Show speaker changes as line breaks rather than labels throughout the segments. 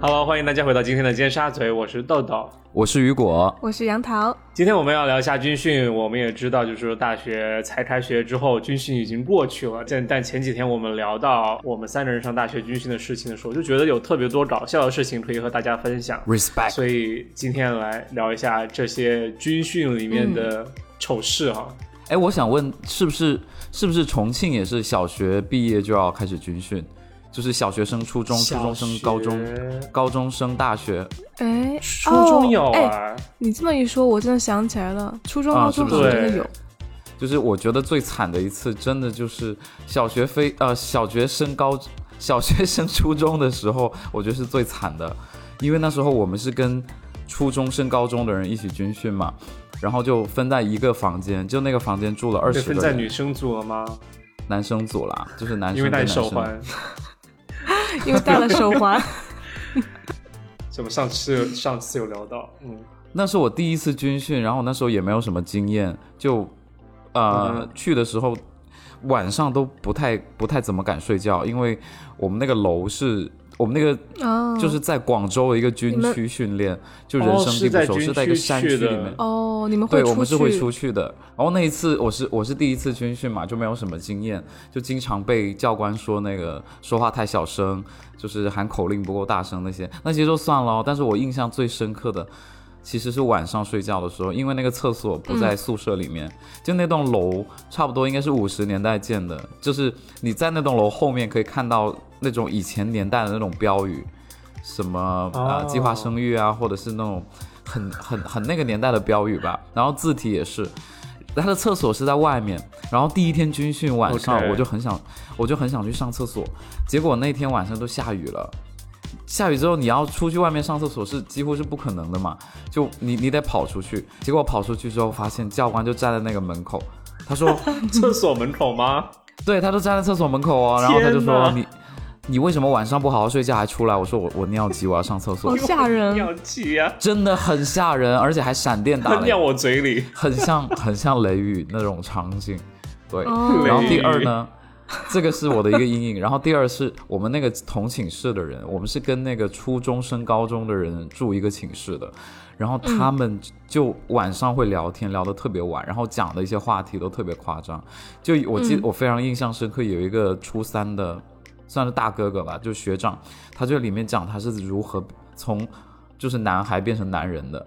Hello，欢迎大家回到今天的尖沙咀，我是豆豆。
我是雨果，
我是杨桃，
今天我们要聊一下军训，我们也知道，就是大学才开学之后，军训已经过去了。但但前几天我们聊到我们三个人上大学军训的事情的时候，就觉得有特别多搞笑的事情可以和大家分享。
respect。
所以今天来聊一下这些军训里面的丑事哈、
哎，我想问，是不是是不是重庆也是小学毕业就要开始军训？就是小学生、初中、初中
小
生、
学
高中、高中生、大学，
哎，
初中有
哦哎，
啊，
你这么一说，我真的想起来了，初中、
啊
高中
是
好
不
像
是
真的有，
就是我觉得最惨的一次，真的就是小学非呃小学升高小学升初中的时候，我觉得是最惨的，因为那时候我们是跟初中升高中的人一起军训嘛，然后就分在一个房间，就那个房间住了二
被
十
分
个
在
人，
女生组了吗？
男生组啦，就是男
因
生
为
跟
戴
男
手
生。
环，
因为戴了手环。
怎么上次上次有聊到，嗯，
那是我第一次军训，然后那时候也没有什么经验，就呃、
嗯
去的时候晚上都不太不太怎么敢睡觉，因为我们那个楼是我们那个
哦，
就是在广州一个军区训练，就人生地
哦是
不熟，
在军区
是在一个山区里
去
面
的。
哦，你们会
对，
出去？
我们是会出去的。然后那一次，我是我是第一次军训嘛，就没有什么经验，就经常被教官说那个说话太小声，就是喊口令不够大声那些，那些就算了哦。但是我印象最深刻的其实是晚上睡觉的时候，因为那个厕所不
嗯
在宿舍里面，就那栋楼差不多应该是五十年代建的，就是你在那栋楼后面可以看到那种以前年代的那种标语，什么啊、呃
哦
计划生育啊，或者是那种很很很那个年代的标语吧，然后字体也是。他的厕所是在外面，然后第一天军训晚上
OK
我就很想我就很想去上厕所，结果那天晚上都下雨了，下雨之后你要出去外面上厕所是几乎是不可能的嘛，就你你得跑出去。结果跑出去之后，发现教官就站在那个门口，他说，
厕所门口吗？
对，他就站在厕所门口哦，然后他就
天哪
说你你为什么晚上不好好睡觉还出来？我说我我尿急，我啊要上厕 所
好，哦吓人，
尿气呀、
真的很吓人，而且还闪电打
他
雷
尿，我嘴里。
很像很像雷雨那种场景，对。
哦
然后第
对
二呢，这个是我的一个阴影。然后第二是我们那个同寝室的人，我们是跟那个初中升高中的人住一个寝室的，然后
嗯
他们就晚上会聊天，聊得特别晚，然后讲的一些话题都特别夸张。就我记
嗯
得我非常印象深刻，有一个初三的，算是大哥哥吧，就学长，他就里面讲他是如何从就是男孩变成男人的。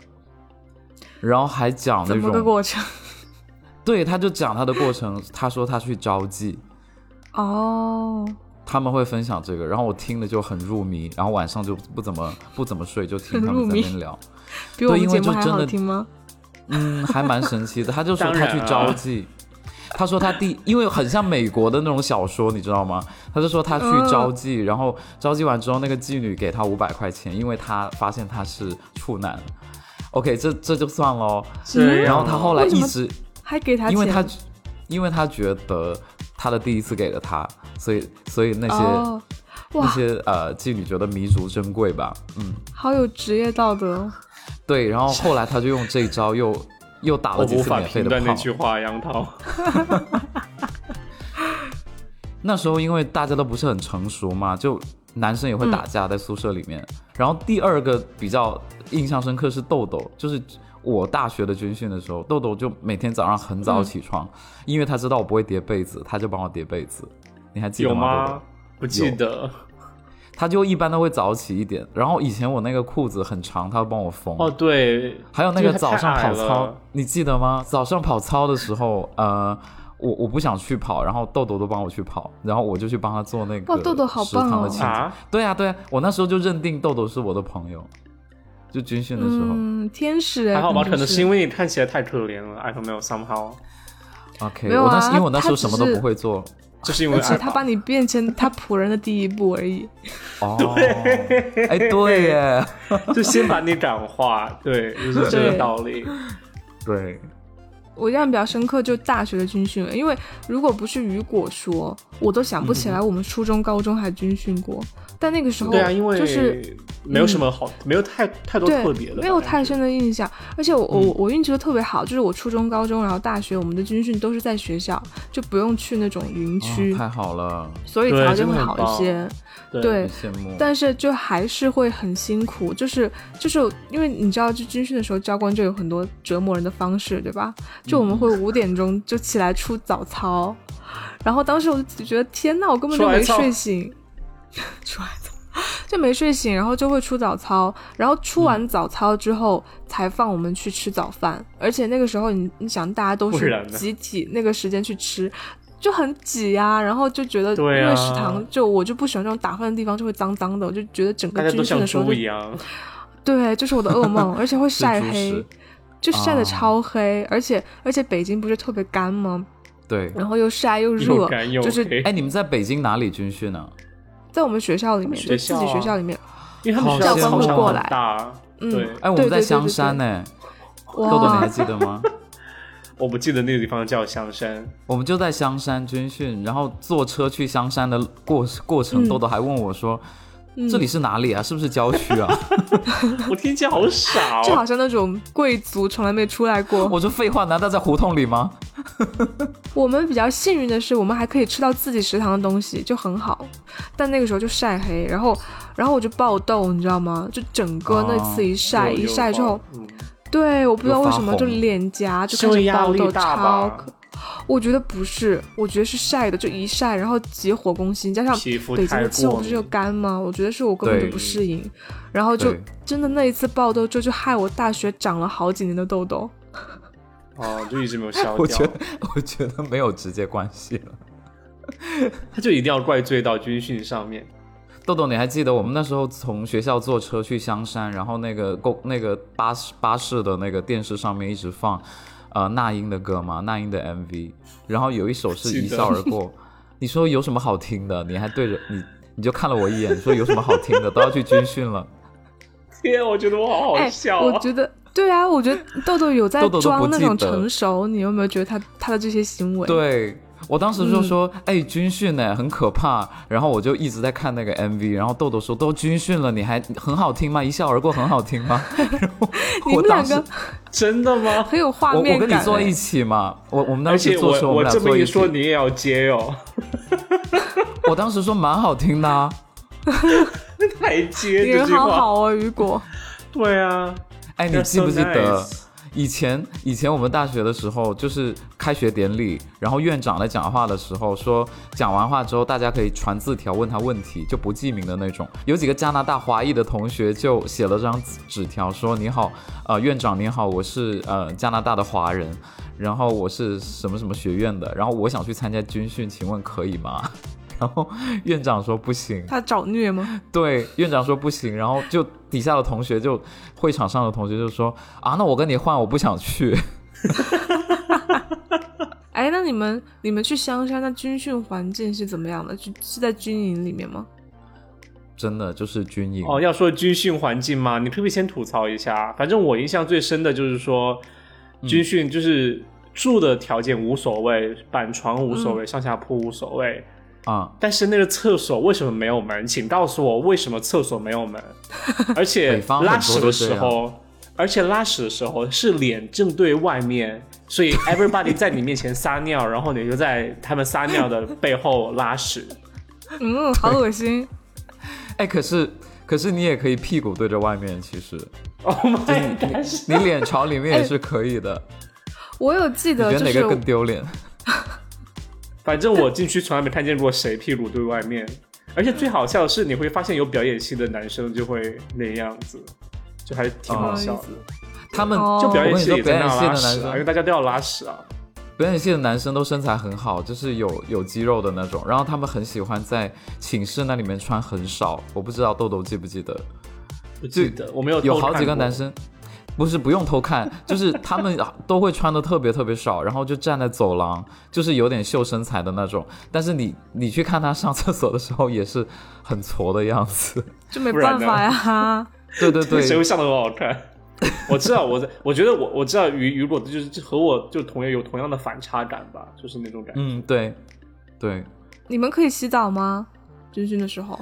然后还讲那
怎
种
么个过程？
对，他就讲他的过程。他说他去招妓，
哦，
他们会分享这个，然后我听的就很入迷，然后晚上就不怎么不怎么睡，就听他
很入
们在那
迷
边聊，
比我
对
们
因
节
为
目
就
还
真
好
的
听吗？
嗯，还蛮神奇的。他就说
当
他去
然
招
啊
妓，他说他第，因为很像美国的那种小说，你知道吗？他就说他去
嗯
招妓，然后招妓完之后，那个妓女给他五百块钱，因为他发现他是处男。OK，这这就算喽。
嗯
这
然后他后来
为什
一
么
直。
还给他钱？
因为他因为他觉得他的第一次给了他，所以所以那些、
哦，
那
哇，
些呃妓女觉得弥足珍贵吧，嗯，
好有职业道德哦。
对。然后后来他就用这一招又又打
我
了几
无
次
法
免费
评
的
断那
炮。
句话，杨涛。
那时候因为大家都不是很成熟嘛，就男生也会打架在宿舍里面。然后第二个比较印象深刻是豆豆，就是我大学的军训的时候，豆豆就每天早上很早起床，因为他知道我不会叠被子，他就帮我叠被子。你还记得
有
吗？豆豆
吗？不记得。
他就一般都会早起一点。然后以前我那个裤子很长，他会帮我缝。
哦，对，
还有那个早上跑
这个太矮
操
了，
你记得吗？早上跑操的时候，呃，我我不想去跑，然后豆豆都帮我去跑，然后我就去帮他做那个
哇豆豆好
食堂
棒
的
哦
清洁。
啊，
对啊，对啊，我那时候就认定豆豆是我的朋友，就军训的时候。
嗯，天使哎
还好吧，
真
可
的
能是因为你看起来太可怜了。I don't know somehow，
OK，
没有
我那
啊
时因为我那时候
他只
什么都
是
不会做。
就是因为啊
而且
矮
他
吧
把你变成他仆人的第一步而已。
哦，哎，对耶，
就先把你感化，对，就是这个
对
道理。
对。哦
我印象比较深刻就大学的军训了，因为如果不是雨果说，我都想不起来我们初中、高中还军训过。但那个时候，
嗯对啊，因为
就是嗯
没有什么好，没有太太多
对
特别的吧，
没有太
感觉
深的印象。而且我
嗯
我我运气都特别好，就是我初中、高中，然后大学，我们的军训都是在学校，就不用去那种云区，
哦太好了，
所以
对
条件
真的
会
很
好
棒
一些。
对
对
很羡
嗯
慕。
但是就还是会很辛苦，就是就是因为你知道，就军训的时候，教官就有很多折磨人的方式，对吧？就
嗯
我们会五点钟就起来出早操，然后当时我就觉得天呐，我根本就
出来
没
操
睡醒，出来操 就没睡醒，然后就会出早操，然后出完早操之后才放我们去吃早饭，而且那个时候你你想大家都
不然
是
呢
集体那个时间去吃，就很挤呀、然后就觉得因
对
为
啊
食堂就我就不喜欢这种打饭的地方就会脏脏的，我就觉得整
大家
个军
都
训
像
的时候
猪
就
一样，
对，这是我的 噩梦，而且会
吃
晒
猪
黑
食，，
就晒
啊
得超黑，而且而且北京不是特别干吗？
对。
然后又晒又
又
热，
干又
就是
黑，
哎，你们在北京哪里军训啊呢？
在我们学校里面，
学
就自己
校啊
学校里面，
因为他们学
教
校
官
操
会
场
过
很
来
大，
嗯
对，
哎，我
对
们在
对对
香
对
山
对
呢。
哇，
豆豆，你还记得吗？
我不记得那个地方叫香山，
我们就在香山军训，然后坐车去香山的过过程，
嗯
豆豆还问我说：“
嗯
这里是哪里啊？是不是郊区啊
我听起来好傻
就好
哦。
像那种贵族从来没出来？”过。
我说：“废话，难道在胡同里吗
我们比较幸运的是，我们还可以吃到自己食堂的东西，就很好。但那个时候就晒黑，然后，然后我就爆痘，你知道吗？就整个那次一晒、
又
一晒之，后
又，嗯
对，我不知道为什么
又发
就
红
脸颊就是开
因为
始
压
爆
力
痘，
大
超
吧
可。，我觉得不是，我觉得是晒的，就一晒，然后急火攻心，加上
皮肤
北京
太
的气候
过
不是又
敏
干吗？我觉得是我根本就
对
不适应，然后就
嗯
对
真的那一次爆痘，就就害我大学长了好几年的痘痘。
哦，就一 直没有消
我觉
掉
得。？” 我觉得没有直接关系了。
他就一定要怪罪到军训上面。
豆豆，你还记得我们那时候从学校坐车去香山，然后那个公那个巴士巴士的那个电视上面一直放，呃，那英的歌嘛，那英的 MV，然后有一首是
记得
一笑而过， 你说有什么好听的？你还对着你你就看了我一眼，说有什么好听的？都要去军训了，
天，我觉得我好好
哎
笑、，啊
我觉得对啊，我觉得豆豆有在
豆豆都不
装那
记
种
得
成熟，你有没有觉得他他的这些行为？
对。我当时就说，
嗯
哎、军训呢很可怕，然后我就一直在看那个 MV，然后豆豆说都军训了，你还很好听吗？一笑而过很好听吗？ 然后
你
我
们
当
两
时
个
真的吗？
很有画
我
面
我跟你
感哎。
坐一起嘛，我我们
而
当时
且
坐车，
我
们俩
这
坐
么
一
一
起。
说，你也要接哦，
我当时说蛮好听的、啊，
太接
你
这
人
句
好
话。
好哦，雨果。
对啊，
哎，你
You're
记不
so
记得
nice
以前以前我们大学的时候，就是开学典礼，然后院长来讲话的时候说，讲完话之后大家可以传字条问他问题，就不记名的那种。有几个加拿大华裔的同学就写了张纸纸条说：“你好，呃，院长你好，我是呃加拿大的华人，然后我是什么什么学院的，然后我想去参加军训，请问可以吗？” 然后院长说不行，
他找虐吗？
对，院长说不行，然后就底下的同学就会场上的同学就说啊，那我跟你换，我不想去。
哎，那你们你们去香山，那军训环境是怎么样的？就是在军营里面吗？
真的就是军营，
哦，要说军训环境嘛，你可不可以先吐槽一下？反正我印象最深的就是说，
嗯
军训就是住的条件无所谓，板床无
嗯
所谓，上下铺无所谓，
啊，
但是那个厕所为什么没有门？请告诉我为什么厕所没有门？而且
北方很多
拉屎的时候，而且拉屎的时候是脸正对外面，所以 everybody 在你面前撒尿，然后你就在他们撒尿的背后拉屎。
嗯，好恶心。
哎，可是可是你也可以屁股对着外面，其实
Oh my god！
你脸朝里面也是可以 的。
我有记
你觉
得，
得
啊就
哪
是
个更丢脸？
反正我进去从来没看见过谁屁股对外面，而且最好笑的是，你会发现有表演系的男生就会那样子，就还挺好笑的。
他们
哦
就表演
哦我跟你
系
说
也在那
表演
拉
系的男
屎
生
啊，因为大家都要拉屎啊。
表演系的男生都身材很好，就是有有肌肉的那种，然后他们很喜欢在寝室那里面穿很少。我不知道豆豆记不记得，
不记得，我没有
有
偷
好
看
几个
过
男生，不是不用偷看，就是他们都会穿的特别特别少，然后就站在走廊，就是有点秀身材的那种。但是你你去看他上厕所的时候，也是很挫的样子。
就没
不然
办
呢
法呀。
对对
谁
对
会，笑得很好看？我知道，我在我觉得我我知道雨雨果就是和我就同样有同样的反差感吧，就是那种感觉。
嗯，对，对，
你们可以洗澡吗？军训的时候，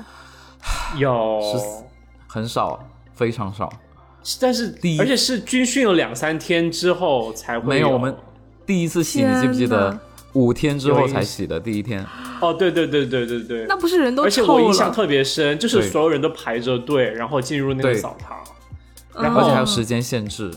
有，
是很少，非常少。
但是
第一
而且是军训了两三天之后才会
没有，我们第一次洗，
天
你记不记得
哪？
五天之
有印
后才洗的，第一天。
哦，对对对对对对
那。不是人都
而且
臭
我印象
了，
特别深，就是
对
所有人都排着队，然后进入那个
对
澡堂，
嗯
然后
而且还有时间限制。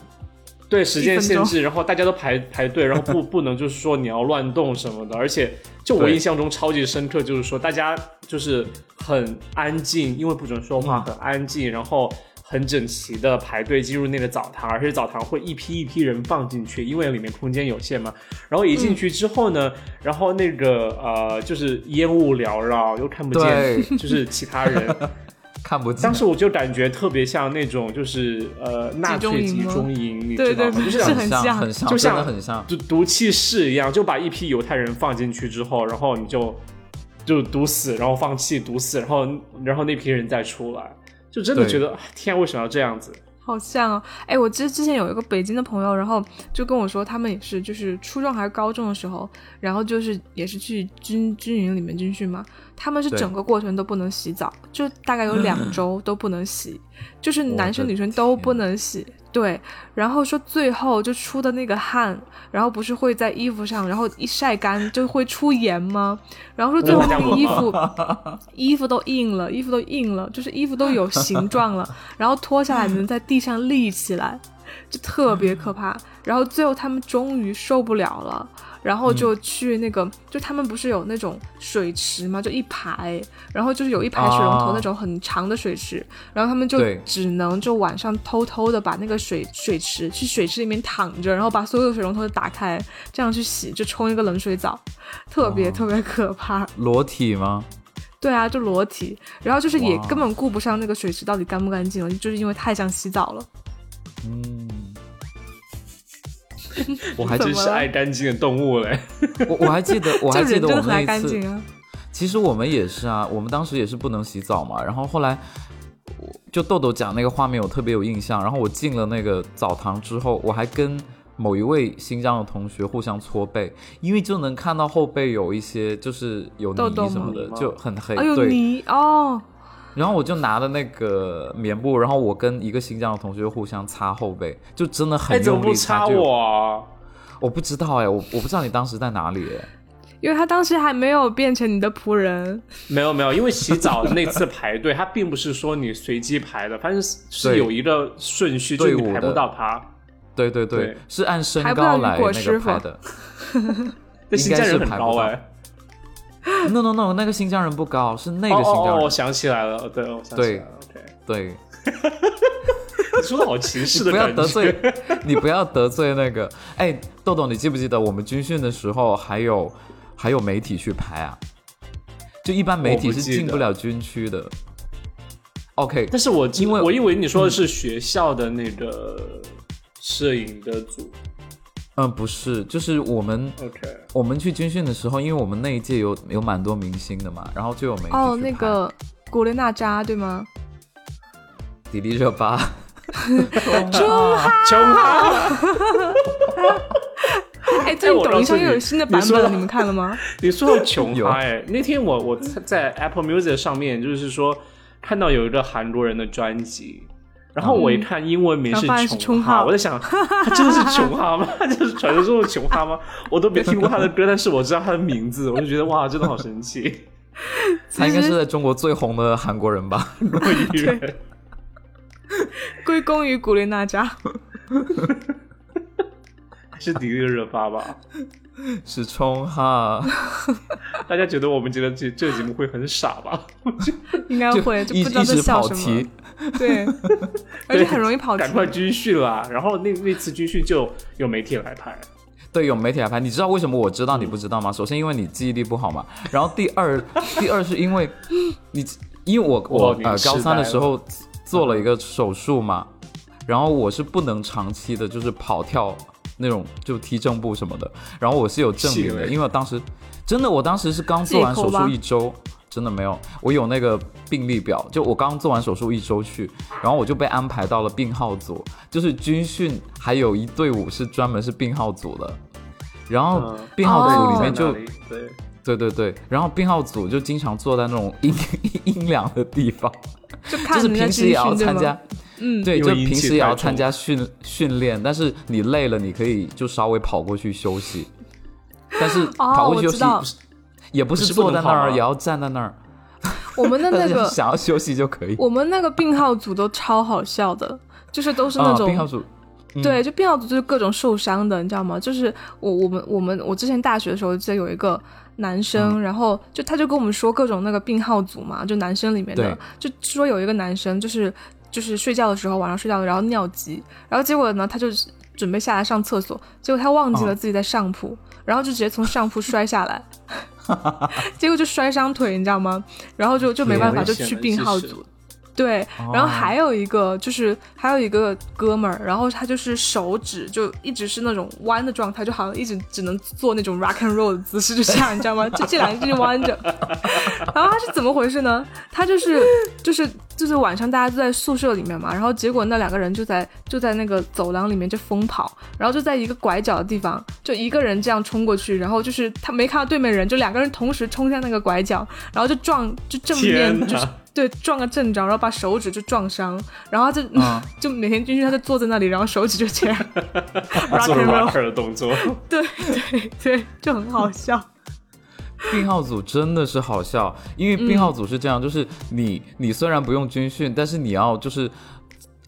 对时间限
一分
制，然后大家都排排队，然后 不不能就是说你要乱动什么的，而且就我
对
印象中超级深刻，就是说大家就是很安静，因为不准说话，
嗯
很安静，然后很整齐的排队进入那个澡堂，而且澡堂会一批一批人放进去，因为里面空间有限嘛。
嗯
然后一进去之后呢，然后那个呃就是烟雾缭绕，又看不见， 就是其他人，
看不见
当，时我就感觉特别像那种就是呃纳粹
集
集
中
中营，你
对
知道吗？
对对
就是像
很像
像，很像，
就像
真的很像。
就毒气室一样，就把一批犹太人放进去之后，然后你就就毒死，然后放气毒死，然后然后那批人再出来，就真的
对
觉得啊天啊，为什么要这样子？
好像哦，哎，我之之前有一个北京的朋友，然后就跟我说，他们也是，就是初中还是高中的时候，然后就是也是去军军营里面军训嘛，他们是
对
整个过程都不能洗澡，就大概有两周都不能洗，就是
我
男生
的
女生都
天
不能洗，对，然后说最后就出的那个汗，然后不是会在衣服上，然后一晒干就会出盐吗？然后说最后那个衣服衣服都硬了，衣服都硬了，就是衣服都有形状了，然后脱下来能在地上立起来，就特别可怕。然后最后他们终于受不了了。然后就去那个，就他们不是有那种水池嘛，就一排，然后就是有一排水龙头
啊
那种很长的水池，然后他们就
对
只能就晚上偷偷的把那个水水池去水池里面躺着，然后把所有的水龙头都打开，这样去洗，就冲一个冷水澡，特别特别可怕。
裸体吗？
对啊，就裸体，然后就是也
哇
根本顾不上那个水池到底干不干净了，就是因为太想洗澡了。
嗯，
我还
怎
真
么
是
了
爱干净的动物嘞！
我我还记得，我
就
还
人
记得
真
我们
的很
那
爱
一
干
次
净啊，
其实我们也是啊，我们当时也是不能洗澡嘛。然后后来，我就豆豆讲那个画面，我特别有印象。然后我进了那个澡堂之后，我还跟某一位新疆的同学互相搓背，因为就能看到后背有一些就是有
痘痘
泥什么
吗
的，就很黑。
哎呦
对，
泥哦，
然后我就拿了那个棉布，然后我跟一个新疆的同学互相擦后背，就真 的
哎，
很
怎么
用
不
力
插
就有
我啊？
我不知道哎、我我不知道你当时在哪里哎、
因为他当时还没有变成你的仆人，
没有没有，因为洗澡那次排队，它并不是说你随机排的，反正是是
对
有一个顺序，就
队
是你
伍
排不
的
到它。
对对对，
对
是按身
还不
高
到雨
来
果
那
师
个
傅
排的。
那
应
新
该
疆
是
人很
排不
高
到
哎、
No no no，那个新疆人不高，是那
哦
个新
哦
疆
哦，
人。
我想起来了，对，我想起
对
来了。OK，
对，
你说的好歧视的
不要
感
得罪
觉。，
你不要得罪那个。哎，豆豆，你记不记得我们军训的时候还有还有媒体去排啊？就一般媒体是进不了军区的。OK，
但是我
因为嗯
我以为你说的是学校的那个摄影的组
嗯，不是，就是我们
，OK，
我们去军训的时候，因为我们那一届有有蛮多明星的嘛，然后就有媒体
哦，
去
那
排
个古力娜扎对吗？
迪丽热巴，啊
穷哈，
哎，最近
我告
抖音
诉
上又有
你
新的
你
版
说
本了，
到
你们看了吗？
你说到穷
有
哈哎，那天我我在 Apple Music 上面就是说看到有一个韩国人的专辑。然
嗯
后我一看英文名
然后发现是
是穷
穷哈
哈，我在想，他真的是穷哈 吗？他就是传说中的穷哈吗？我都没听过他的歌，但是我知道他的名字，我就觉得哇，真的好神奇。
她
嗯
应该是在中国最红的韩国人吧？
我一人
归功于古力娜扎。
还是迪丽热巴吧？
是冲 哈，
大家觉得我们觉得这这个节目会很傻吧？
应该
就
会，就
一
不知道
一
在
直
笑
跑
什么
题。。
对，而且很容易跑题
赶。快军训啦！然后那那次军训就有媒体来拍，
对，有媒体来拍，你知道为什么我知道你
嗯
不知道吗？首先因为你记忆力不好嘛，然后第二，第二是因为你，因为我我
哇你
呃
痴
高三
呆
的时候做了一
嗯
个手术嘛，然后我是不能长期的，就是跑跳那种就踢正步什么的，然后我是有证明
气
的，
味
因为我当时真的我当时是刚做完手
借口
术
吧
一周，真的没有。我有那个病历表，就我刚做完手术一周去，然后我就被安排到了病号组，就是军训还有一队伍是专门是病号组的，然后
嗯
病号
哦
组里
在
面就、
哪里对，
对对对，然后病号组就经常坐在那种阴 阴凉的地方，
就看
就是
人家
平
军
时也要
训对
参
吗
加？，
嗯，
对，
因
就
为阴
平
气
时也
太
要
重
参加训训练，但是你累了，你可以就稍微跑过去休息，但 是跑过
哦我
去休
知
息、
道
也不
不
是
是不
坐
能
在那
跑
儿，
吗
也要站在那儿，
我 们的那
但是
个
想要休息就可以。
我们那个病号组都超好笑的，就是都是那
啊，
种、
病号组
嗯
对，就病号组就是各种受伤的，你知道吗？就是我我们我们我之前大学的时候记得有一个男
嗯
生，然后就他就跟我们说各种那个病号组嘛，就男生里面的，就说有一个男生就是就是睡觉的时候晚上睡觉然后尿急，然后结果呢他就准备下来上厕所，结果他忘记了
嗯
自己在上铺，然后就直接从上铺摔下 来。结果就摔伤腿，你知道吗？然后就就没
挺
办法，
啊危
就
险
去
的
病
其
号
实
组。对，然
哦
后还有一个就是还有一个哥们儿，然后他就是手指就一直是那种弯的状态，就好像一直只能做那种 rock and roll 的姿势，就这样，你知道 吗？就这两个就是弯着。然后他是怎么回事呢？他就是就是就是晚上大家都在宿舍里面嘛，然后结果那两个人就在就在那个走廊里面就疯跑，然后就在一个拐角的地方，就一个人这样冲过去，然后就是他没看到对面人，就两个人同时冲向那个拐角，然后就撞就正
天
面
哪
就是。对，撞个正着，然后把手指就撞伤，然后他就、
嗯
就每天军训，他就坐在那里，然后手指就 这样 rock
做了
and roll，
rocker 的动作，
对对 对，就很好笑。
病号组真的是好笑，因为病号组是这样，就是你你虽然不用军训，但是你要就是，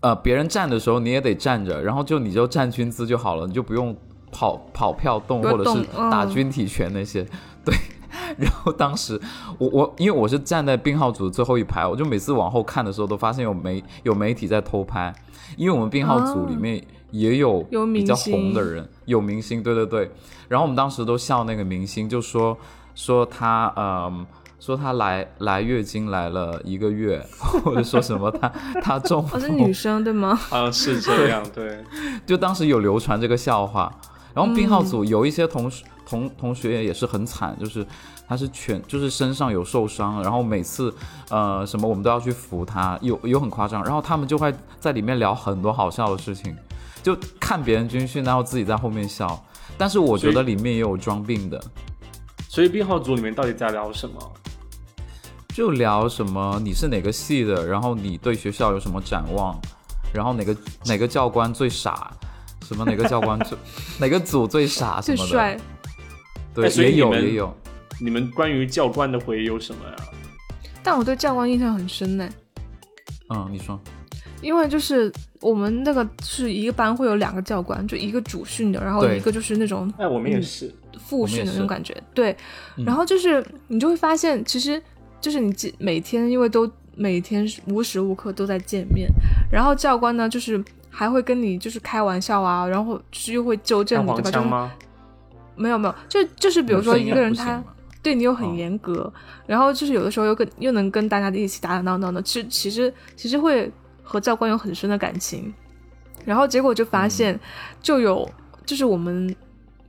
呃，别人站的时候你也得站着，然后就你就站军姿就好了，你就不用跑跑跳动
不要
或者是
动嗯
打军体拳那些， 对。然后当时我我因为我是站在病号组最后一排，我就每次往后看的时候都发现有媒有媒体在偷拍，因为我们病号组里面也有
啊有
比较
明星
红的人，有明星，对对对。然后我们当时都笑那个明星，就说说他嗯。说他来来月经来了一个月， 或者说什么 他他中
我、是
风
哦女生 对吗？
好像是 这样，对，
就当时有流传这个笑话，然后病号组
嗯
有一些同学、同同学也是很惨，就是他是全就是身上有受伤，然后每次呃什么我们都要去扶他，有有很夸张，然后他们就会在里面聊很多好笑的事情，就看别人军训，然后自己在后面笑。但是我觉
所
得里面也有装病的，
所以病号组里面到底在聊什么？
就聊什么你是哪个系的，然后你对学校有什么展望，然后哪个哪个教官最傻，什么哪个教官 最哪个组最傻什
最
么的，
帅，
对，
哎所以
也
你
有
们
也有。
你们关于教官的回忆有什么呀？
但我对教官印象很深呢，
嗯，你说，
因为就是我们那个是一个班会有两个教官，就一个主训的，然后
对
一个就是那种
哎，我们也是，
复训的
我们也
那
是嗯
种感觉。对，然后就是你就会发现，其实就是你记每天因为都每天无时无刻都在见面，然后教官呢就是还会跟你就是开玩笑啊，然后就是又会纠
弹
正你，
簧
对吧？就
枪
是
吗？
没有没有，就就是比如说
啊
一个人他。对你又
哦
很严格，然后就是有的时候又跟又能跟大家一起打打闹闹的，其实其实其实会和教官有很深的感情，然后结果就发现就有、就是我们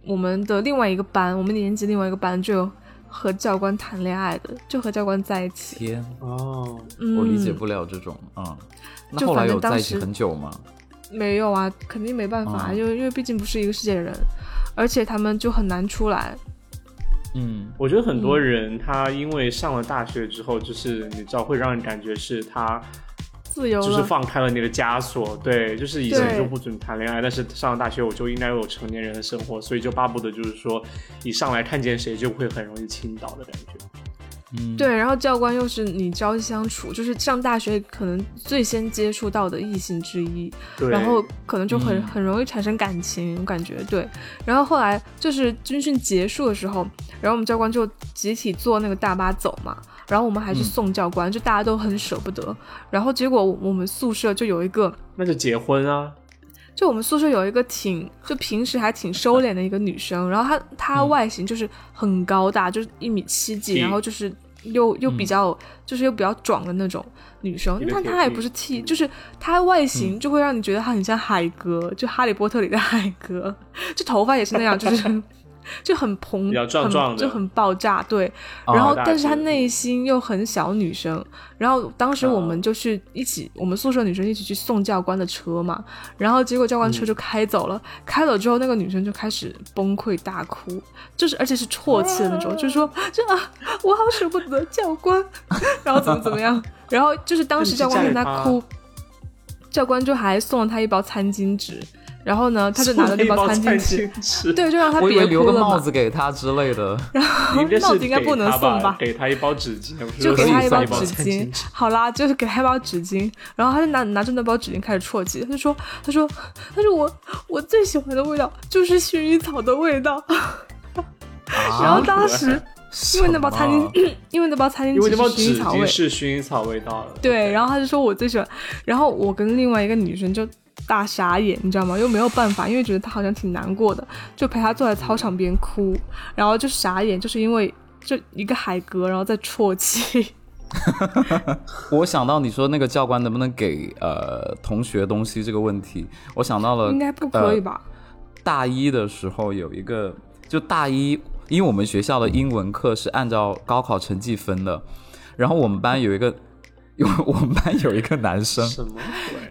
我们的另外一个班，我们年级另外一个班就有和教官谈恋爱的，就和教官在一起，
天，
哦，
嗯，
我理解不了这种，嗯，那
就
后来
反正
有在
当
一起
时
很久吗？
没有啊，肯定没办法啊，
哦
因为、因为毕竟不是一个世界的人，而且他们就很难出来，
嗯，
我觉得很多人他因为上了大学之后，就是你知道会让人感觉是他
自由了，
就是放开了你的枷锁，对，就是以前
对
就不准谈恋爱，但是上了大学我就应该有成年人的生活，所以就巴不得就是说一上来看见谁就会很容易倾倒的感觉。嗯
对，然后教官又是你朝夕相处，就是上大学可能最先接触到的异性之一，
对，
然后可能就很、
嗯
很容易产生感情，我感觉对。然后后来就是军训结束的时候，然后我们教官就集体坐那个大巴走嘛，然后我们还去
嗯
送教官，就大家都很舍不得。然后结果我我们宿舍就有一个。
那就结婚啊，
就我们宿舍有一个挺，就平时还挺收敛的一个女生，然后她她
嗯
外形就是很高大，就是一米七几，
T
然后就是又又
嗯
比较、就是又比较壮的那种女生
一，个
但
铁嗯
她也
屁
不是 T，就是她外形就会让你觉得她很像海哥，就《哈利波特》里的海哥，就头发也是那样，就是 就很膨，
比较壮
很
壮的
就很爆炸，对。
哦
然后，
大
但是她
只
内心又很小女生。然后当时我们就去一起，我们宿舍女生一起去送教官的车嘛。然后结果教官车就开走了，开走之后，那个女生就开始崩溃大哭，就是而且是啜泣的那种，就是说这啊，我好舍不得教官， 然后怎么怎么样，然后就是当时教官看她哭，教官就还送了她一包餐巾纸，然后呢，他就拿着那包餐巾纸，
纸，
对，就让她
我以
别
为留
哭
个
了
帽
嘛，
子给他之类的。
你这是
帽子应该不能
给他
送吧
给他一包纸巾，不是说
就给
可
送
以
她包
送
一
一包
纸
餐
巾，好啦，就是给她一包纸巾，然后她就拿拿着那包纸巾开始啜泣，她就说，她说，她说我我最喜欢的味道就是薰衣草的味道，
啊
然后当时。因为那包餐
什么
巾，因为那包餐巾
因为
纸
那包
是薰衣
纸
草味
巾，是薰衣草味道的。
对，然
后
后他就说我最喜欢，然后我跟另外一个女生就大傻眼，你知道吗？又没有办法，因为觉得她好像挺难过的，就陪她坐在操场边哭，然后就傻眼，就是因为就一个海格，然后在啜泣。
我想到你说那个教官能不能给呃同学东西这个问题，我想到了
应该
呃
不可以吧？
呃大一的时候有一个，就大一，因为我们学校的英文课是按照高考成绩分的，然后我们班有一个， 有我们班有一个男生，
什么鬼？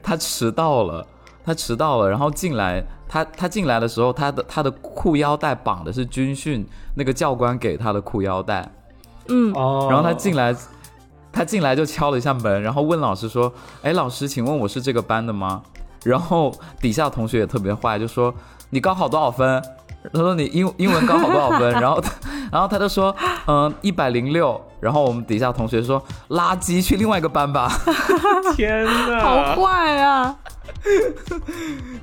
他迟到了，他迟到了，然后进来，他他进来的时候，他的他的裤腰带绑的是军训那个教官给他的裤腰带，
嗯，
哦，
然后他进来，他进来就敲了一下门，然后问老师说：“哎，老师，请问我是这个班的吗？”然后底下同学也特别坏，就说：“你高考多少分？”他说：“你英英文高考多少分？” 然后他，然后他就说：“嗯，一百零六。”然后我们底下同学说：“垃圾，去另外一个班吧。”
天哪，
啊好坏啊！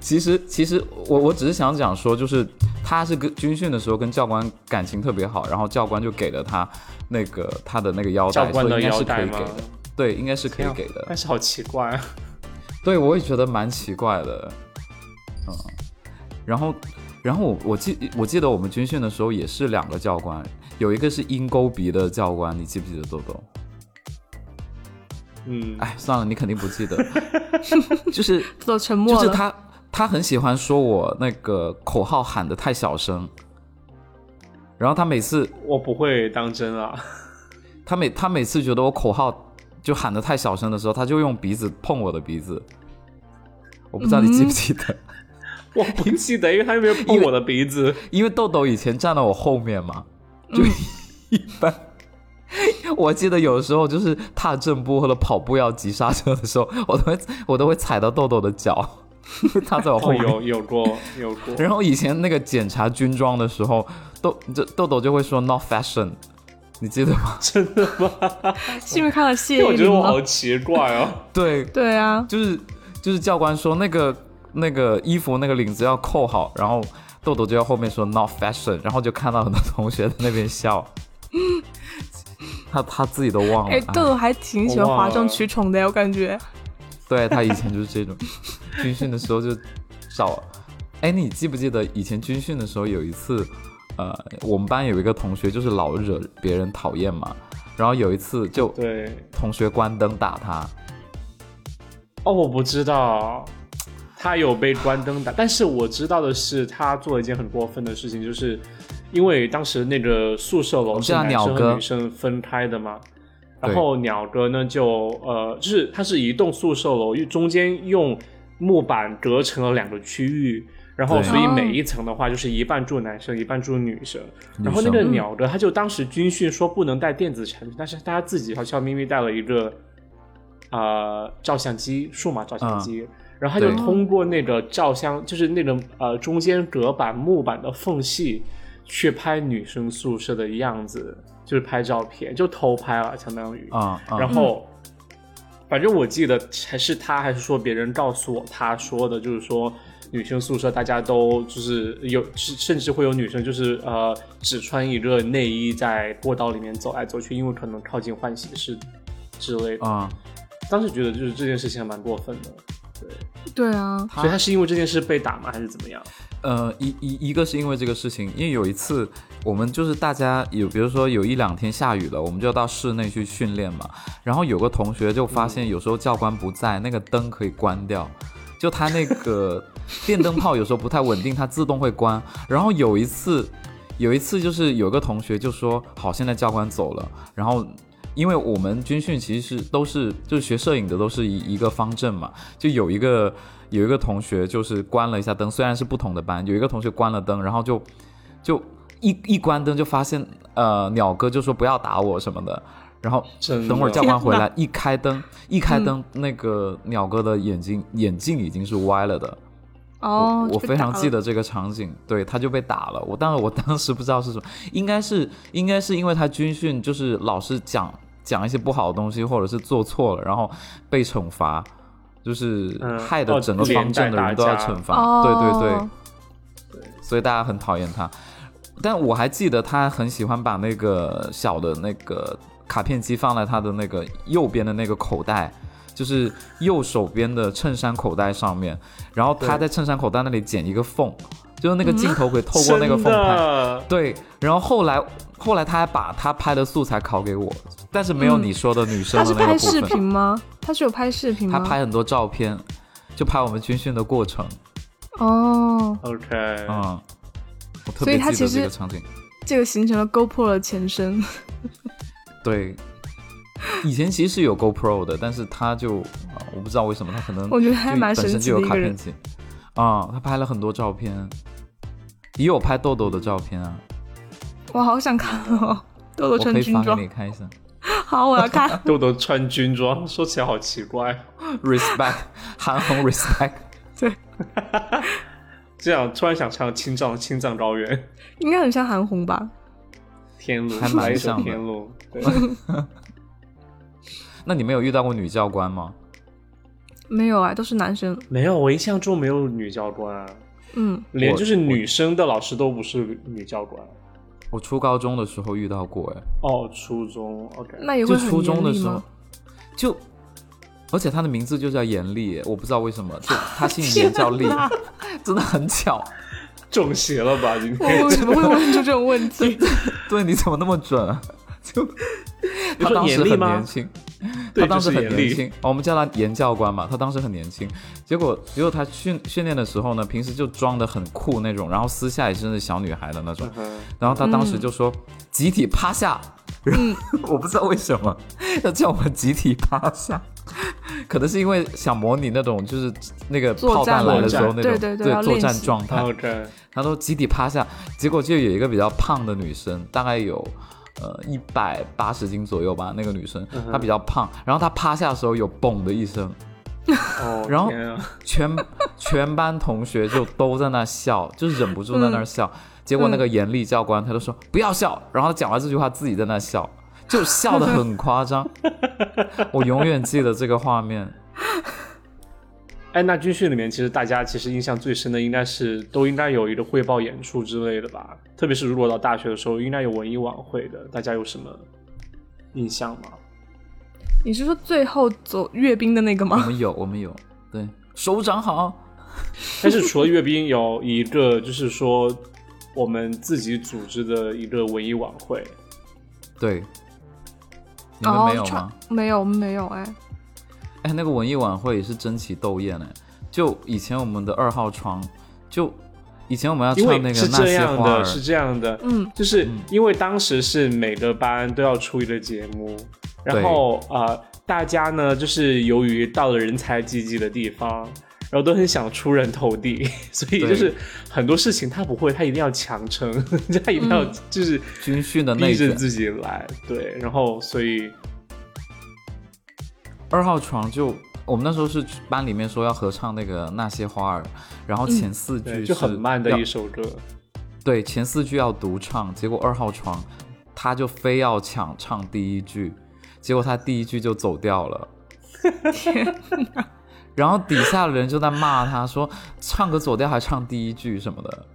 其实，其实我我只是想讲说，就是他是跟军训的时候跟教官感情特别好，然后教官就给了他那个他的那个腰带，
教官
所
的
以应该
腰
是可
带
以
吗
给？的。对，应该是可以
天啊
给的
但。是好奇怪啊，
对，我也觉得蛮奇怪的，嗯，然后，然后我我记我记得我们军训的时候也是两个教官，有一个是鹰钩鼻的教官，你记不记得豆豆？
嗯，
哎，算了，你肯定不 记得，就是
都沉 默
就
了。
是他他很喜欢说我那个口号喊得太小声，然后他每次
我不会当真啊。
他每他每次觉得我口号就喊得太小声的时候，他就用鼻子碰我的鼻子，我不知道你记不记得。
我不记得，因为他又没有碰我的鼻子。
因为豆豆以前站到我后面嘛，
嗯
就一般。 我记得有时候就是踏正步或者跑步要急刹车的时候，我都会我都会踩到豆豆的脚， 因为他在我后
哦，
面。
有有过有过，
然后以前那个检查军装的时候，豆这豆豆就会说 “not fashion”，你记得 吗？
真的吗？
是因为看了谢
因为我
依
觉得
霖
我
吗
好？奇怪哦。
对，
对啊，
就是就是教官说那个那个衣服那个领子要扣好，然后豆豆就在后面说 not fashion，然后就看到很多同学在那边笑， 他他自己都忘了
哎，，豆
哎
豆还挺喜欢哗众取宠的，我感觉。
对他以前就是这种，军训的时候就找，哎，你记不记得以前军训的时候有一次，呃，我们班有一个同学就是老惹别人讨厌嘛，然后有一次就
对，
同学关灯打他，
哦，我不知道，他有被关灯打，但是我知道的是，他做了一件很过分的事情，就是因为当时那个宿舍楼是
我知道
男生
鸟哥
和女生分开的嘛。
对
然后鸟哥呢，就呃，就是它是一栋宿舍楼，中间用木板隔成了两个区域，然后
对
所以
哦
每一层的话就是一半住男生，一半住女生。
女
然后那个
生
鸟哥他就当时军训说不能带电子产品，但是他自己悄悄咪咪带了一个呃照相机，数码照相机，然后他就
嗯对
通过那个照相，就是那个呃中间隔板木板的缝隙去拍女生宿舍的样子，就是拍照片，就偷拍了，相当于。
啊啊、
然后，反正我记得还是他还是说别人告诉我他说的，就是说女生宿舍大家都就是有，甚甚至会有女生就是呃只穿一个内衣在过道里面走哎来走去，因为可能靠近换洗室之类的。
啊、
当时觉得就是这件事情还蛮过分的，
对啊，
他
所以他是因为这件事被打吗，还是怎么样？
呃，一一一个是因为这个事情，因为有一次我们就是大家有，比如说有一两天下雨了，我们就要到室内去训练嘛。然后有个同学就发现，有时候教官不在，那个灯可以关掉，就 他那个电灯泡有时候不太稳定，它自动会关。然后有一次，有一次就是有个同学就说，好，现在教官走了，然后。因为我们军训其实是都是就是学摄影的都是一一个方阵嘛，就有一个有一个同学就是关了一下灯，虽然是不同的班，有一个同学关了灯，然后就就一一关灯就发现呃鸟哥就说不要打我什么的，然后
真的
等会儿教官回
天
来一开灯一开灯、那个鸟哥的眼睛眼镜已经是歪了的，我
哦，
我
就被
非
打
常记
了
得这个场景，对，他就被打了。我，但是我当时不知道是什么，应该是应该是因为他军训就是老师讲讲一些不好的东西，或者是做错了，然后被惩罚，就是
嗯
害得整个方阵的人都要惩罚。
哦，
对对对，所以大家很讨厌他。但我还记得他很喜欢把那个小的那个卡片机放在他的那个右边的那个口袋，就是右手边的衬衫口袋上面，然后他
对
在衬衫口袋那里剪一个缝，就是那个镜头可以透
真
过那个缝
嗯
拍。
的
对，然后后来后来他还把他拍的素材拷给我，但是没有
嗯
你说的女生
他
的
是
那个
拍视
部
频
分，
吗？他是有拍视频
他
吗？
拍很多照片，就拍我们军训的过程，
哦，
，OK，。
嗯，我特
所以
别
他
记得
其
这
实
个场景。
这个形成了 GoPro 的前身。
嗯对，以前其实是有 GoPro 的，但是他就啊我不知道为什么他可能
我觉得还
就
蛮
本
神
身
奇
就
的
有
一
卡片
个人。
机啊，他拍了很多照片，也有拍豆豆的照片啊，
我好想看哦，豆豆
我
穿
可以
军
发给
装
你，看一下。
好，我要看
豆豆穿军装，说起来好奇怪。
Respect，韩 红 Respect，
这样突然想唱《青藏青藏高原》，
应该很像韩红吧？
天路
还蛮
来一首
像的
天路，对
那你们有遇到过女教官吗？
没有啊，都是男生。
没有，我印象中没有女教官啊，
嗯，
连
我
就是女生的老师都不是女教官。
我初高中的时候遇到过，哎，
哦，初中，OK，
那也
就
会很
初中
严
的
厉
时候
吗？，
就，而且他的名字就叫严厉，哎我不知道为什么， 就他姓严叫厉，真的很巧。
中邪了吧？今
我
天
为什么会问出这种 问题？
对，你怎么那么准、啊？ 就
你
他
说
当时
严厉
很
吗
年？轻，
对
他当时
就是
很
严
年
厉
轻、哦我们叫他严教官嘛。他当时很年轻，结果结果他训训练的时候呢，平时就装的很酷那种，然后私下也是小女孩的那种。
嗯嗯
然后他当时就说、集体趴下，然后我不知道为什么要叫我们集体趴下。可能是因为想模拟那种，就是那个
作
炮弹
战
来的时候
作
那种
战对对对要
作
练
战
习
嗯
状态。
，OK，
他都集体趴下，结果就有一个比较胖的女生，大概有呃一百八十斤左右吧，那个女生
嗯哼
她比较胖，然后她趴下的时候有嘣的一声，
哦，
然后
天啊
全全班同学就都在那笑，就忍不住在那儿
嗯
笑。结果那个严厉教官他就说不要笑，然后讲完这句话自己在那笑，就笑得很夸张。我永远记得这个画面。
哎，那军训里面，其实大家其实印象最深的应该是都应该有一个汇报演出之类的吧，特别是如果到大学的时候，应该有文艺晚会的，大家有什么印象吗？
你是说最后走阅兵的那个
我
吗？
们有，我们有，对，手掌好。
但是除了阅兵，有一个就是说我们自己组织的一个文艺晚 会，
对，你们
哦，
没有吗？
没有，我们没有哎。
哎，那个文艺晚会也是争奇斗艳哎，就以前我们的二号床，就以前我们要
因
唱
为
那个
是
那
这
些
样
花儿
的，，是这样的，
嗯，
就是因为当时是每个班都要出一个节目，然后呃，大家呢就是由于到了人才济济的地方，然后都很想出人头地， 所以
对
就是很多事情他不会，他一定要强撑， 他一定要就是
军训嗯的内
逼着
卷，
自己来，对，然后所以
二号床就。我们那时候是班里面说要合唱那个那些花儿，然后前四句
嗯对
是
就很慢的
要
一首歌，
对前四句要独唱，结果二号床他就非要抢唱第一句，结果他第一句就走掉了，
天，
然后底下的人就在骂他说唱歌走调还唱第一句什么的。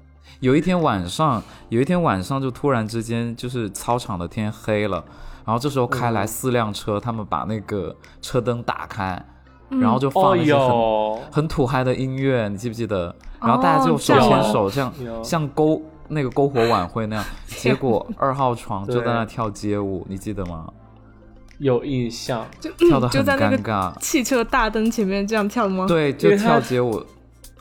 有一天晚上，有一天晚上就突然之间就是操场的天黑了，然后这时候开
嗯
来四辆车，他们把那个车灯打开，然后就放
哦
了一些很、
哟，
很土嗨的音乐，你记不记
哦
得？然后大家就手
这
牵
样
手，像
有
像篝那个篝火晚会 那样，结果二号床就在那
对
跳街舞，你记得吗？
有印象，
就
跳得
嗯就
很
在那
尴
个
尬，
汽车大灯前面这样跳吗？
对，就
因为他
跳街舞，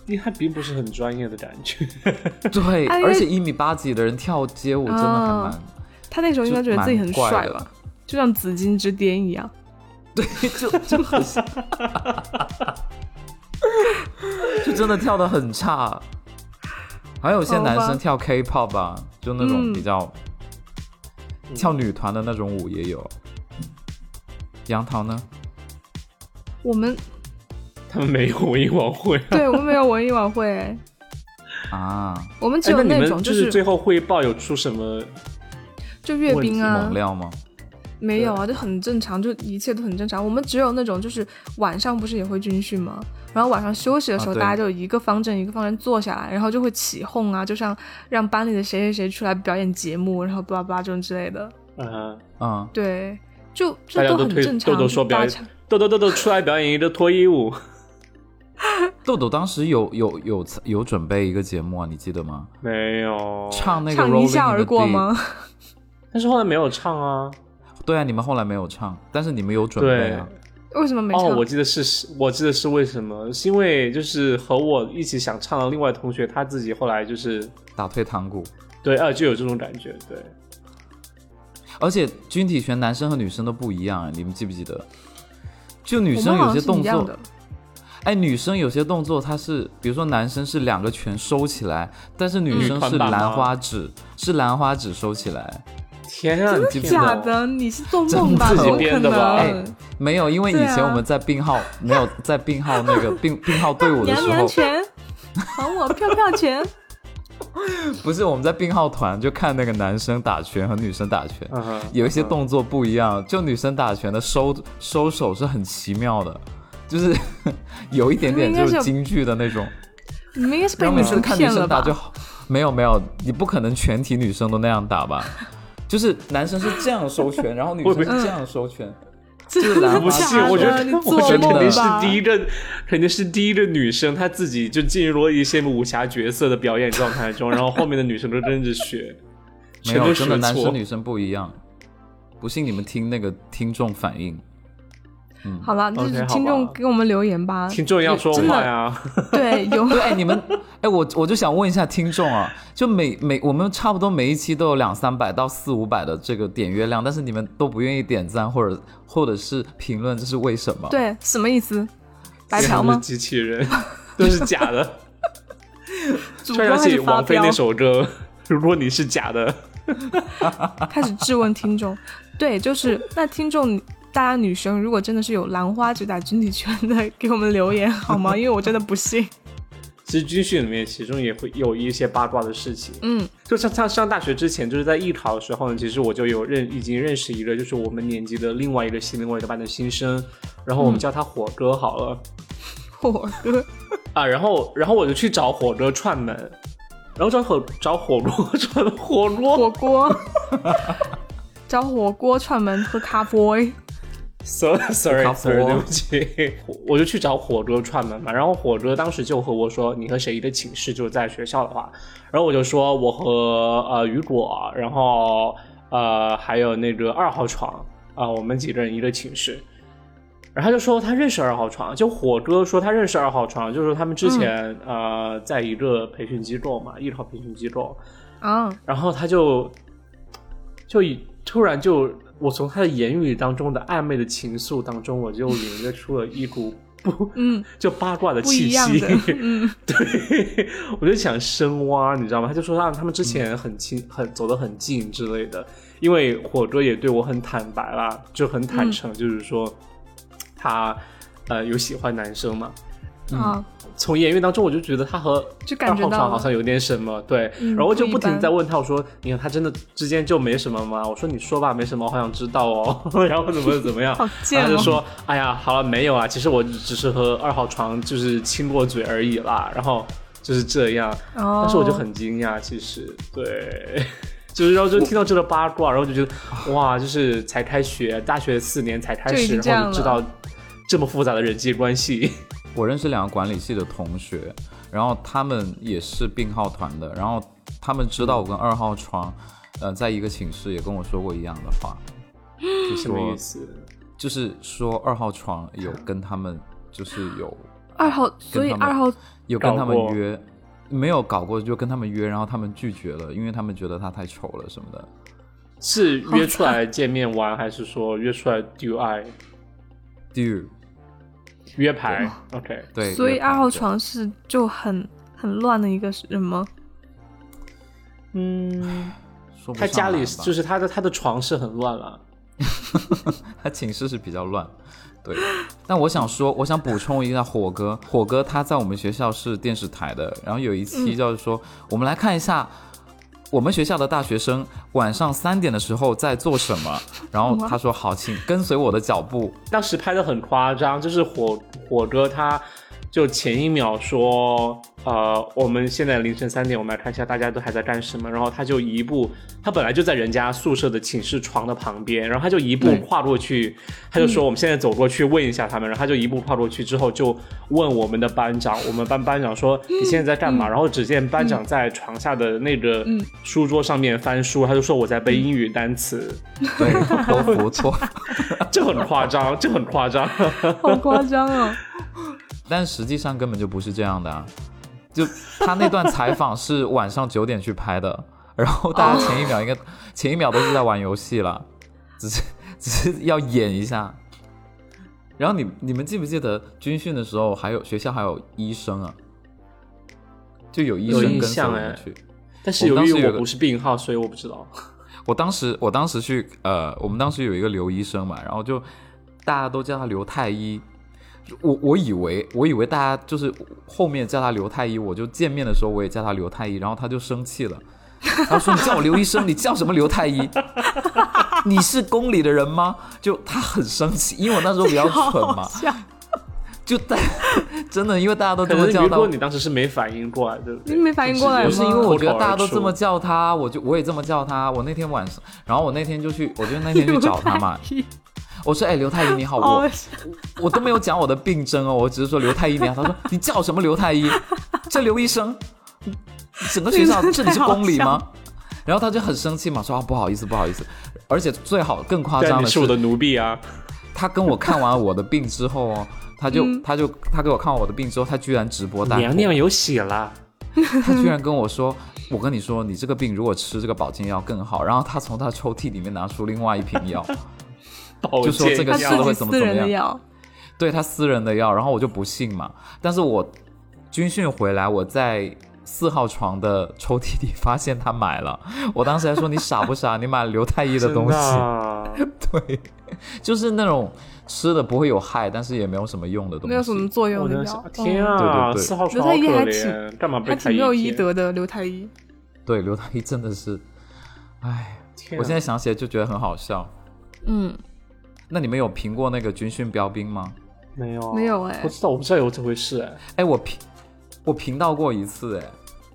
你还并不是很专业的感觉。
对，
哎
而且一米八几的人跳街舞真的还蛮，
哦他那时候应该觉得自己很
就蛮
帅
怪的
吧，就像紫金之巅一样。
对，就就很，就真的跳的很差。还有些男
好吧
生跳 K-pop 吧、就那种
嗯
比较、跳女团的那种舞也有。杨桃呢？
我们
他们没有文艺晚会。啊
对我们没有文艺晚会，哎
啊，
我们只
哎，
有
那你
种
们
就
就是
是
最后汇报有出什么？
就阅兵啊
猛，料吗？
没有啊，就很正常，就一切都很正常。我们只有那种就是晚上不是也会军训吗？然后晚上休息的时候，
啊对
大家就一个方阵一个方阵坐下来，然后就会起哄啊，就像让班里的谁谁谁出来表演节目，然后巴拉巴拉这种之类的。
啊，
嗯，
对，就
大
这
家
很
推
正常。
豆豆说
就大
表
家
演，豆豆豆豆出来表演一个脱衣舞，
豆豆当时有有有有准备一个节目啊，你记得吗？
没有
唱那个
唱
Rolling
一笑而过
in the
吗
Deep？？
但是后来没有唱啊。
对啊，你们后来没有唱，但是你们有准备
对，
啊。
为什么没唱？
哦，我记得是，我记得是为什么？是因为就是和我一起想唱的另外同学，他自己后来就是
打退堂鼓。
对，啊，就有这种感觉，对。
而且军体拳男生和女生都不一样，啊你们记不记得？就女
我
生
们
有
好像
些
是一
动
样
作
的，，
哎，女生有些动作，她是，比如说男生是两个拳收起来，但是女生
嗯团
是
板吗
兰花指，是兰花指收起来。
天啊，你
真
记
的
不
假
得？
的？你是做梦吧？
真
自
的
怎么
己
可
编的吧
哎
能？
没有，因为以
对啊
前我们在病号、没有在病号那 个病病号队伍的
娘
时
娘
候，
拳，还我票票拳。
不是我们在病号团就看那个男生打拳和女生打拳，
嗯哼
有一些动作不一样，就女生打拳的收收手是很奇妙的，就是 有一点点
应该
就是是京剧的那种。
你们应该是被
然后
女
每次
生
看女
骗了
生打
吧？
就好，没有没有，你不可能全体女生都那样打吧？ 就是男生是这样收拳，然后女生是这样收拳，
真
兰
的
花
我不信
假，的？
我觉
啊
得
你
我觉
做
得
梦
肯定
吧！
是第一个，肯定是第一个女生她自己就进入了一些武侠角色的表演状态中，然后后面的女生都跟着 学，
没
全
有
都
真
学
的男
错
生。女生不一样。不信你们听那个听众反应，
好了，就是
OK，好吧
听众给我们留言吧。
听众要说
真的
话呀，
对，有
对，哎，你们，哎，我我就想问一下听众啊，就每每我们差不多每一期都有两三百到四五百的这个点阅量，但是你们都不愿意点赞或者或者是评论，这是为什么？
对什么意思？白嫖
都
吗
是？机器人都是假的。
主
突
播
然想
开
起
始发
王菲
飙
那，首歌， 如果你是假的，
开始质问听众。对，就是那听众，大家女生如果真的是有兰花指打军体拳的，给我们留言好吗？因为我真的不信。
其实军训里面其中也会有一些八卦的事情。
嗯，
就像上上大学之前，就是在艺考的时候呢，其实我就有认已经认识一个，就是我们年级的另外一个新另外一个班的新生，然后我们叫他火哥好了、
我哥，
啊，然后然后我就去找火哥串门，然后找火 找火锅串火锅
火锅， 找火锅串门喝咖啡。
，sorry sorry
烤火
sorry，对不起，我就去找火哥串门嘛，然后火哥当时就和我说，你和谁的寝室就是在学校的话，然后我就说我和呃雨果，然后呃还有那个二号床啊、我们几个人一个寝室。然后他就说他认识二号床，就火哥说他认识二号床，就是他们之前、呃在一个培训机构嘛，艺考培训机构，
啊，
然后他就就以突然就我从他的言语当中的暧昧的情愫当中，我就领略出了一股不
嗯，
就八卦的
不一
气
样
息
的， 嗯，
对，我就想深挖，你知道吗？他就说让啊他们之前很亲、很走得很近之类的，因为火哥也对我很坦白啦，就很
嗯
坦诚，就是说他呃有喜欢男生嘛。
啊，
从言语当中，我就觉得他和
就感觉到
二号床
了
好像有点什么，对，
嗯
然后我就
不一
不停地
般
在问他，我说：“你看他真的之间就没什么吗？”我说：“你说吧，没什么，我好想知道哦。” 然后怎么怎么样，
好贱
然后他就
哦
说：“哎呀，好了，没有啊，其实我只是和二号床就是亲过嘴而已啦。”然后就是这样，
哦，
但是我就很惊讶，其实对， 就是然后就听到这个八卦，然后就觉得哇，就是才开学，大学四年才开
就已
始，
经这
然后
样
就知
了
道这么复杂的人际关系，
我认识两个管理系的同学，然后他们也是病号团的，然后他们知道我跟二号床，呃，在一个寝室也跟我说过一样的话，
什么意思？
就是说二号床有跟他们就是有
二号，所以
跟他们
二号
有跟他们
搞过
约，没有搞过就跟他们约，然后他们拒绝了，因为他们觉得他太丑了什么的。
是约出来见面玩，还是说约出来 do I
Do
约牌？OK，
对，
所以
约炮
二号
对
床是就很很乱的一个人吗？
嗯，
说不
他
上
家里
来吧
就是他的他的床是很乱了。
他寝室是比较乱，对。但我想说，我想补充一下火哥，火哥他在我们学校是电视台的，然后有一期就是说，我们来看一下我们学校的大学生晚上三点的时候在做什么。然后他说好，请跟随我的脚步。
当时拍的很夸张，就是火火哥他就前一秒说，呃，我们现在凌晨三点，我们来看一下大家都还在干什么。然后他就一步，他本来就在人家宿舍的寝室床的旁边，然后他就一步
对
跨过去，他就说我们现在走过去问一下他们。然后他就一步跨过去之后，就问我们的班长，我们班班长说你现在在干嘛？然后只见班长在床下的那个书桌上面翻书，他就说我在背英语单词，
对，托福托福。
这很夸张，这很夸张。
好夸张哦！
但实际上根本就不是这样的、啊，就他那段采访是晚上九点去拍的，然后大家前一秒应该、前一秒都是在玩游戏了，只是只是要演一下。然后你你们记不记得军训的时候还有学校还有医生啊，就有医
有
生
印
跟随
象
我
哎
们去。
但是
我
由
们当时
于
有
我
个哦
不是病号，所以我不知道。
我当时我当时去呃，我们当时有一个刘医生嘛，然后就大家都叫他刘太医。我我以为我以为大家就是后面叫他刘太医，我就见面的时候我也叫他刘太医，然后他就生气了，他说你叫我刘医生，你叫什么刘太医？ 你是宫里的人吗？就他很生气，因为我那时候比较蠢
好
嘛，
笑，
就大 真的因为大家都
可
这么
能
叫
如
到
果，你当时是没反应过来，对不
你
对？
没反应过来吗？
不是因为我觉
口
得
口
大
而
家都
出
这么叫他，我就我也这么叫他。我那天晚上，然后我那天就去，我就那天去找他 嘛，我说：“哎，刘太医你好，
好
我
笑
我都没有讲我的病症哦，我只是说刘太医你好。”他说：“你叫什么刘太医？这刘医生，整个学校
这个
这里是
太好
公里
笑
吗？”然后他就很生气嘛，说：“啊，不好意思，不好意思。”而且最好更夸
但
张
你
的
是我的奴婢啊！
他跟我看完我的病之后哦，他就、
嗯
他就他给我看完我的病之后，他居然直播带货
娘娘有喜了，
他居然跟我说：“我跟你说，你这个病如果吃这个保健药更好。”然后他从他抽屉里面拿出另外一瓶 药，
保
就说
健
这个
他
笑得
药
会
自
怎
己
么
私
怎么
人的
样
药，
对他私人的药，然后我就不信嘛。但是我军训回来，我在四号床的抽屉里发现他买了，我当时还说：“你傻不傻？你买了刘太医的东西？”
啊
西，
对， 就是那种吃的不会有害，但是也没有什么用的东西，
没有什么作用
我
的
能
药
想，。天
嗯，
啊，
对对对
四号
刘
床好
太
可
医还
怜，干嘛被
还
太
挺
医
没有医
贴？
德的刘太医。
对，刘太医真的是，唉，
天啊
我现在想起来就觉得很好笑。
嗯，
那你们有评过那个军训标兵吗？
没有
没有哎
不知道，我不知道有这回事哎。
哎，我评我评到过一次，哎，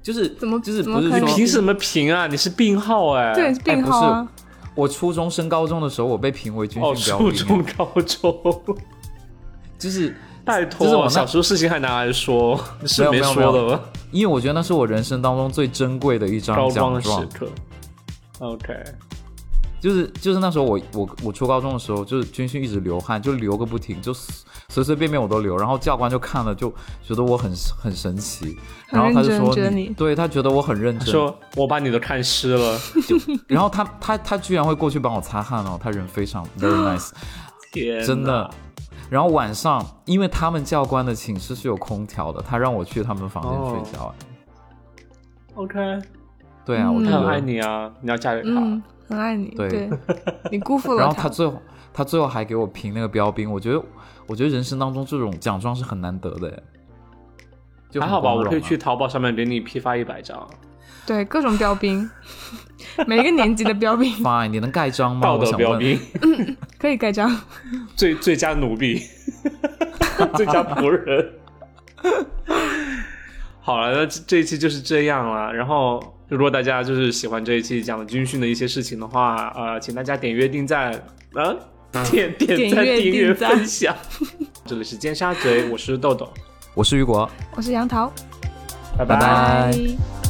就是
怎么
就是
怎么
不是
可以
说
凭什么评啊？你是病号哎。
对，病
不
号啊，
我初中升高中的时候，我被评为军
哦，
训
初
标
中、
兵，
高中，
就是
拜
就是我
托，
那
小时候事情还拿来说，你是
没有没有
说的吗？
因为我觉得那是我人生当中最珍贵的一张
高光
奖
的时
状，
刻。OK，
就是就是那时候我我我初高中的时候，就是军训一直流汗，就流个不停，就随随随便便我都流，然后教官就看了就觉得我很很神奇，
很
然后他就
认真
说
觉得你
对他觉得我很认真，
说我把你都看湿 了，
然后他他他居然会过去帮我擦汗哦，他人非 常 very nice，
天哪，
真的。然后晚上，因为他们教官的寝室是有空调的，他让我去他们房间睡觉。
哦 OK。
对啊，我
嗯
他
就觉
很
得
爱。你啊，你要嫁给他。
嗯，很爱你，
对
对，你辜负
然
了
后他。最后，他最后还给我评那个标兵，我觉得，我觉得人生当中这种奖状是很难得的耶。就很
还好吧，
光
我
荣
可以
啊
去。淘宝上面给你批发一百张，
对，各种标兵， 每个年级的标兵
Fine，你能盖章吗？
道
我
德
想
标
问。
兵，
可以盖章。
最最佳奴婢，最佳仆人。好了，那这这一期就是这样了。然后，如果大家就是喜欢这一期讲的军训的一些事情的话，呃，请大家点阅、定赞啊，点点
点
赞、
阅
订阅、
订赞
分享。这里是尖沙咀，我是豆豆，
我是雨果。
我是杨桃，
拜
拜拜
拜